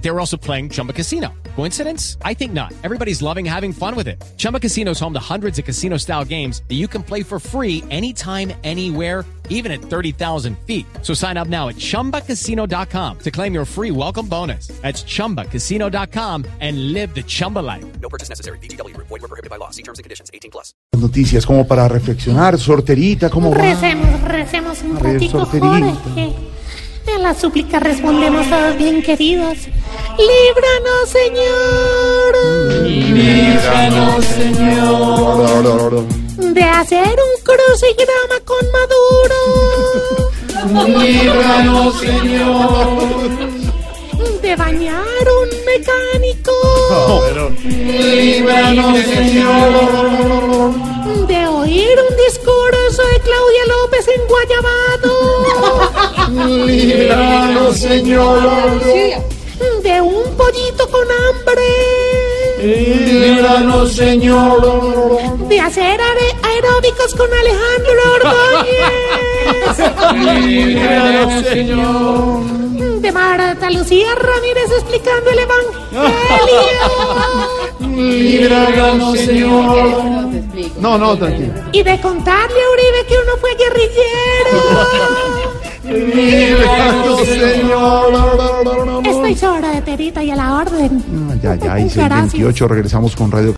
They were also playing Chumba Casino. Coincidence? I think not. Everybody's loving having fun with it. Chumba Casino is home to hundreds of casino style games that you can play for free anytime, anywhere even at 30,000 feet. So sign up now at ChumbaCasino.com to claim your free welcome bonus. That's ChumbaCasino.com and live the Chumba life. No purchase necessary. BGW. Void were prohibited by law. See terms and conditions. 18 plus. Noticias como para reflexionar, sorterita, como va. Recemos, recemos un A ver, ratito, sorterita. Jorge. A la súplica respondemos a bien queridos. Líbranos, Señor, de hacer un crucigrama con Maduro. Líbranos, Señor. De bañar un mecánico. Oh. De oír un discurso de Claudia López en Guayabado. Líbranos, Señor, De un pollito con hambre. líbranos, Señor, De hacer are- aeróbicos con Alejandro Ordóñez. líbranos, Señor. De Marta Lucía Ramírez explicando el Evangelio. Líbranos, Señor. No, no, tranquilo. Y de contarle a Uribe que uno fue guerrillero. Líbranos, Señor. Este Esta es hora de Perita y a la orden. Ya, ya, y 628, regresamos con Radio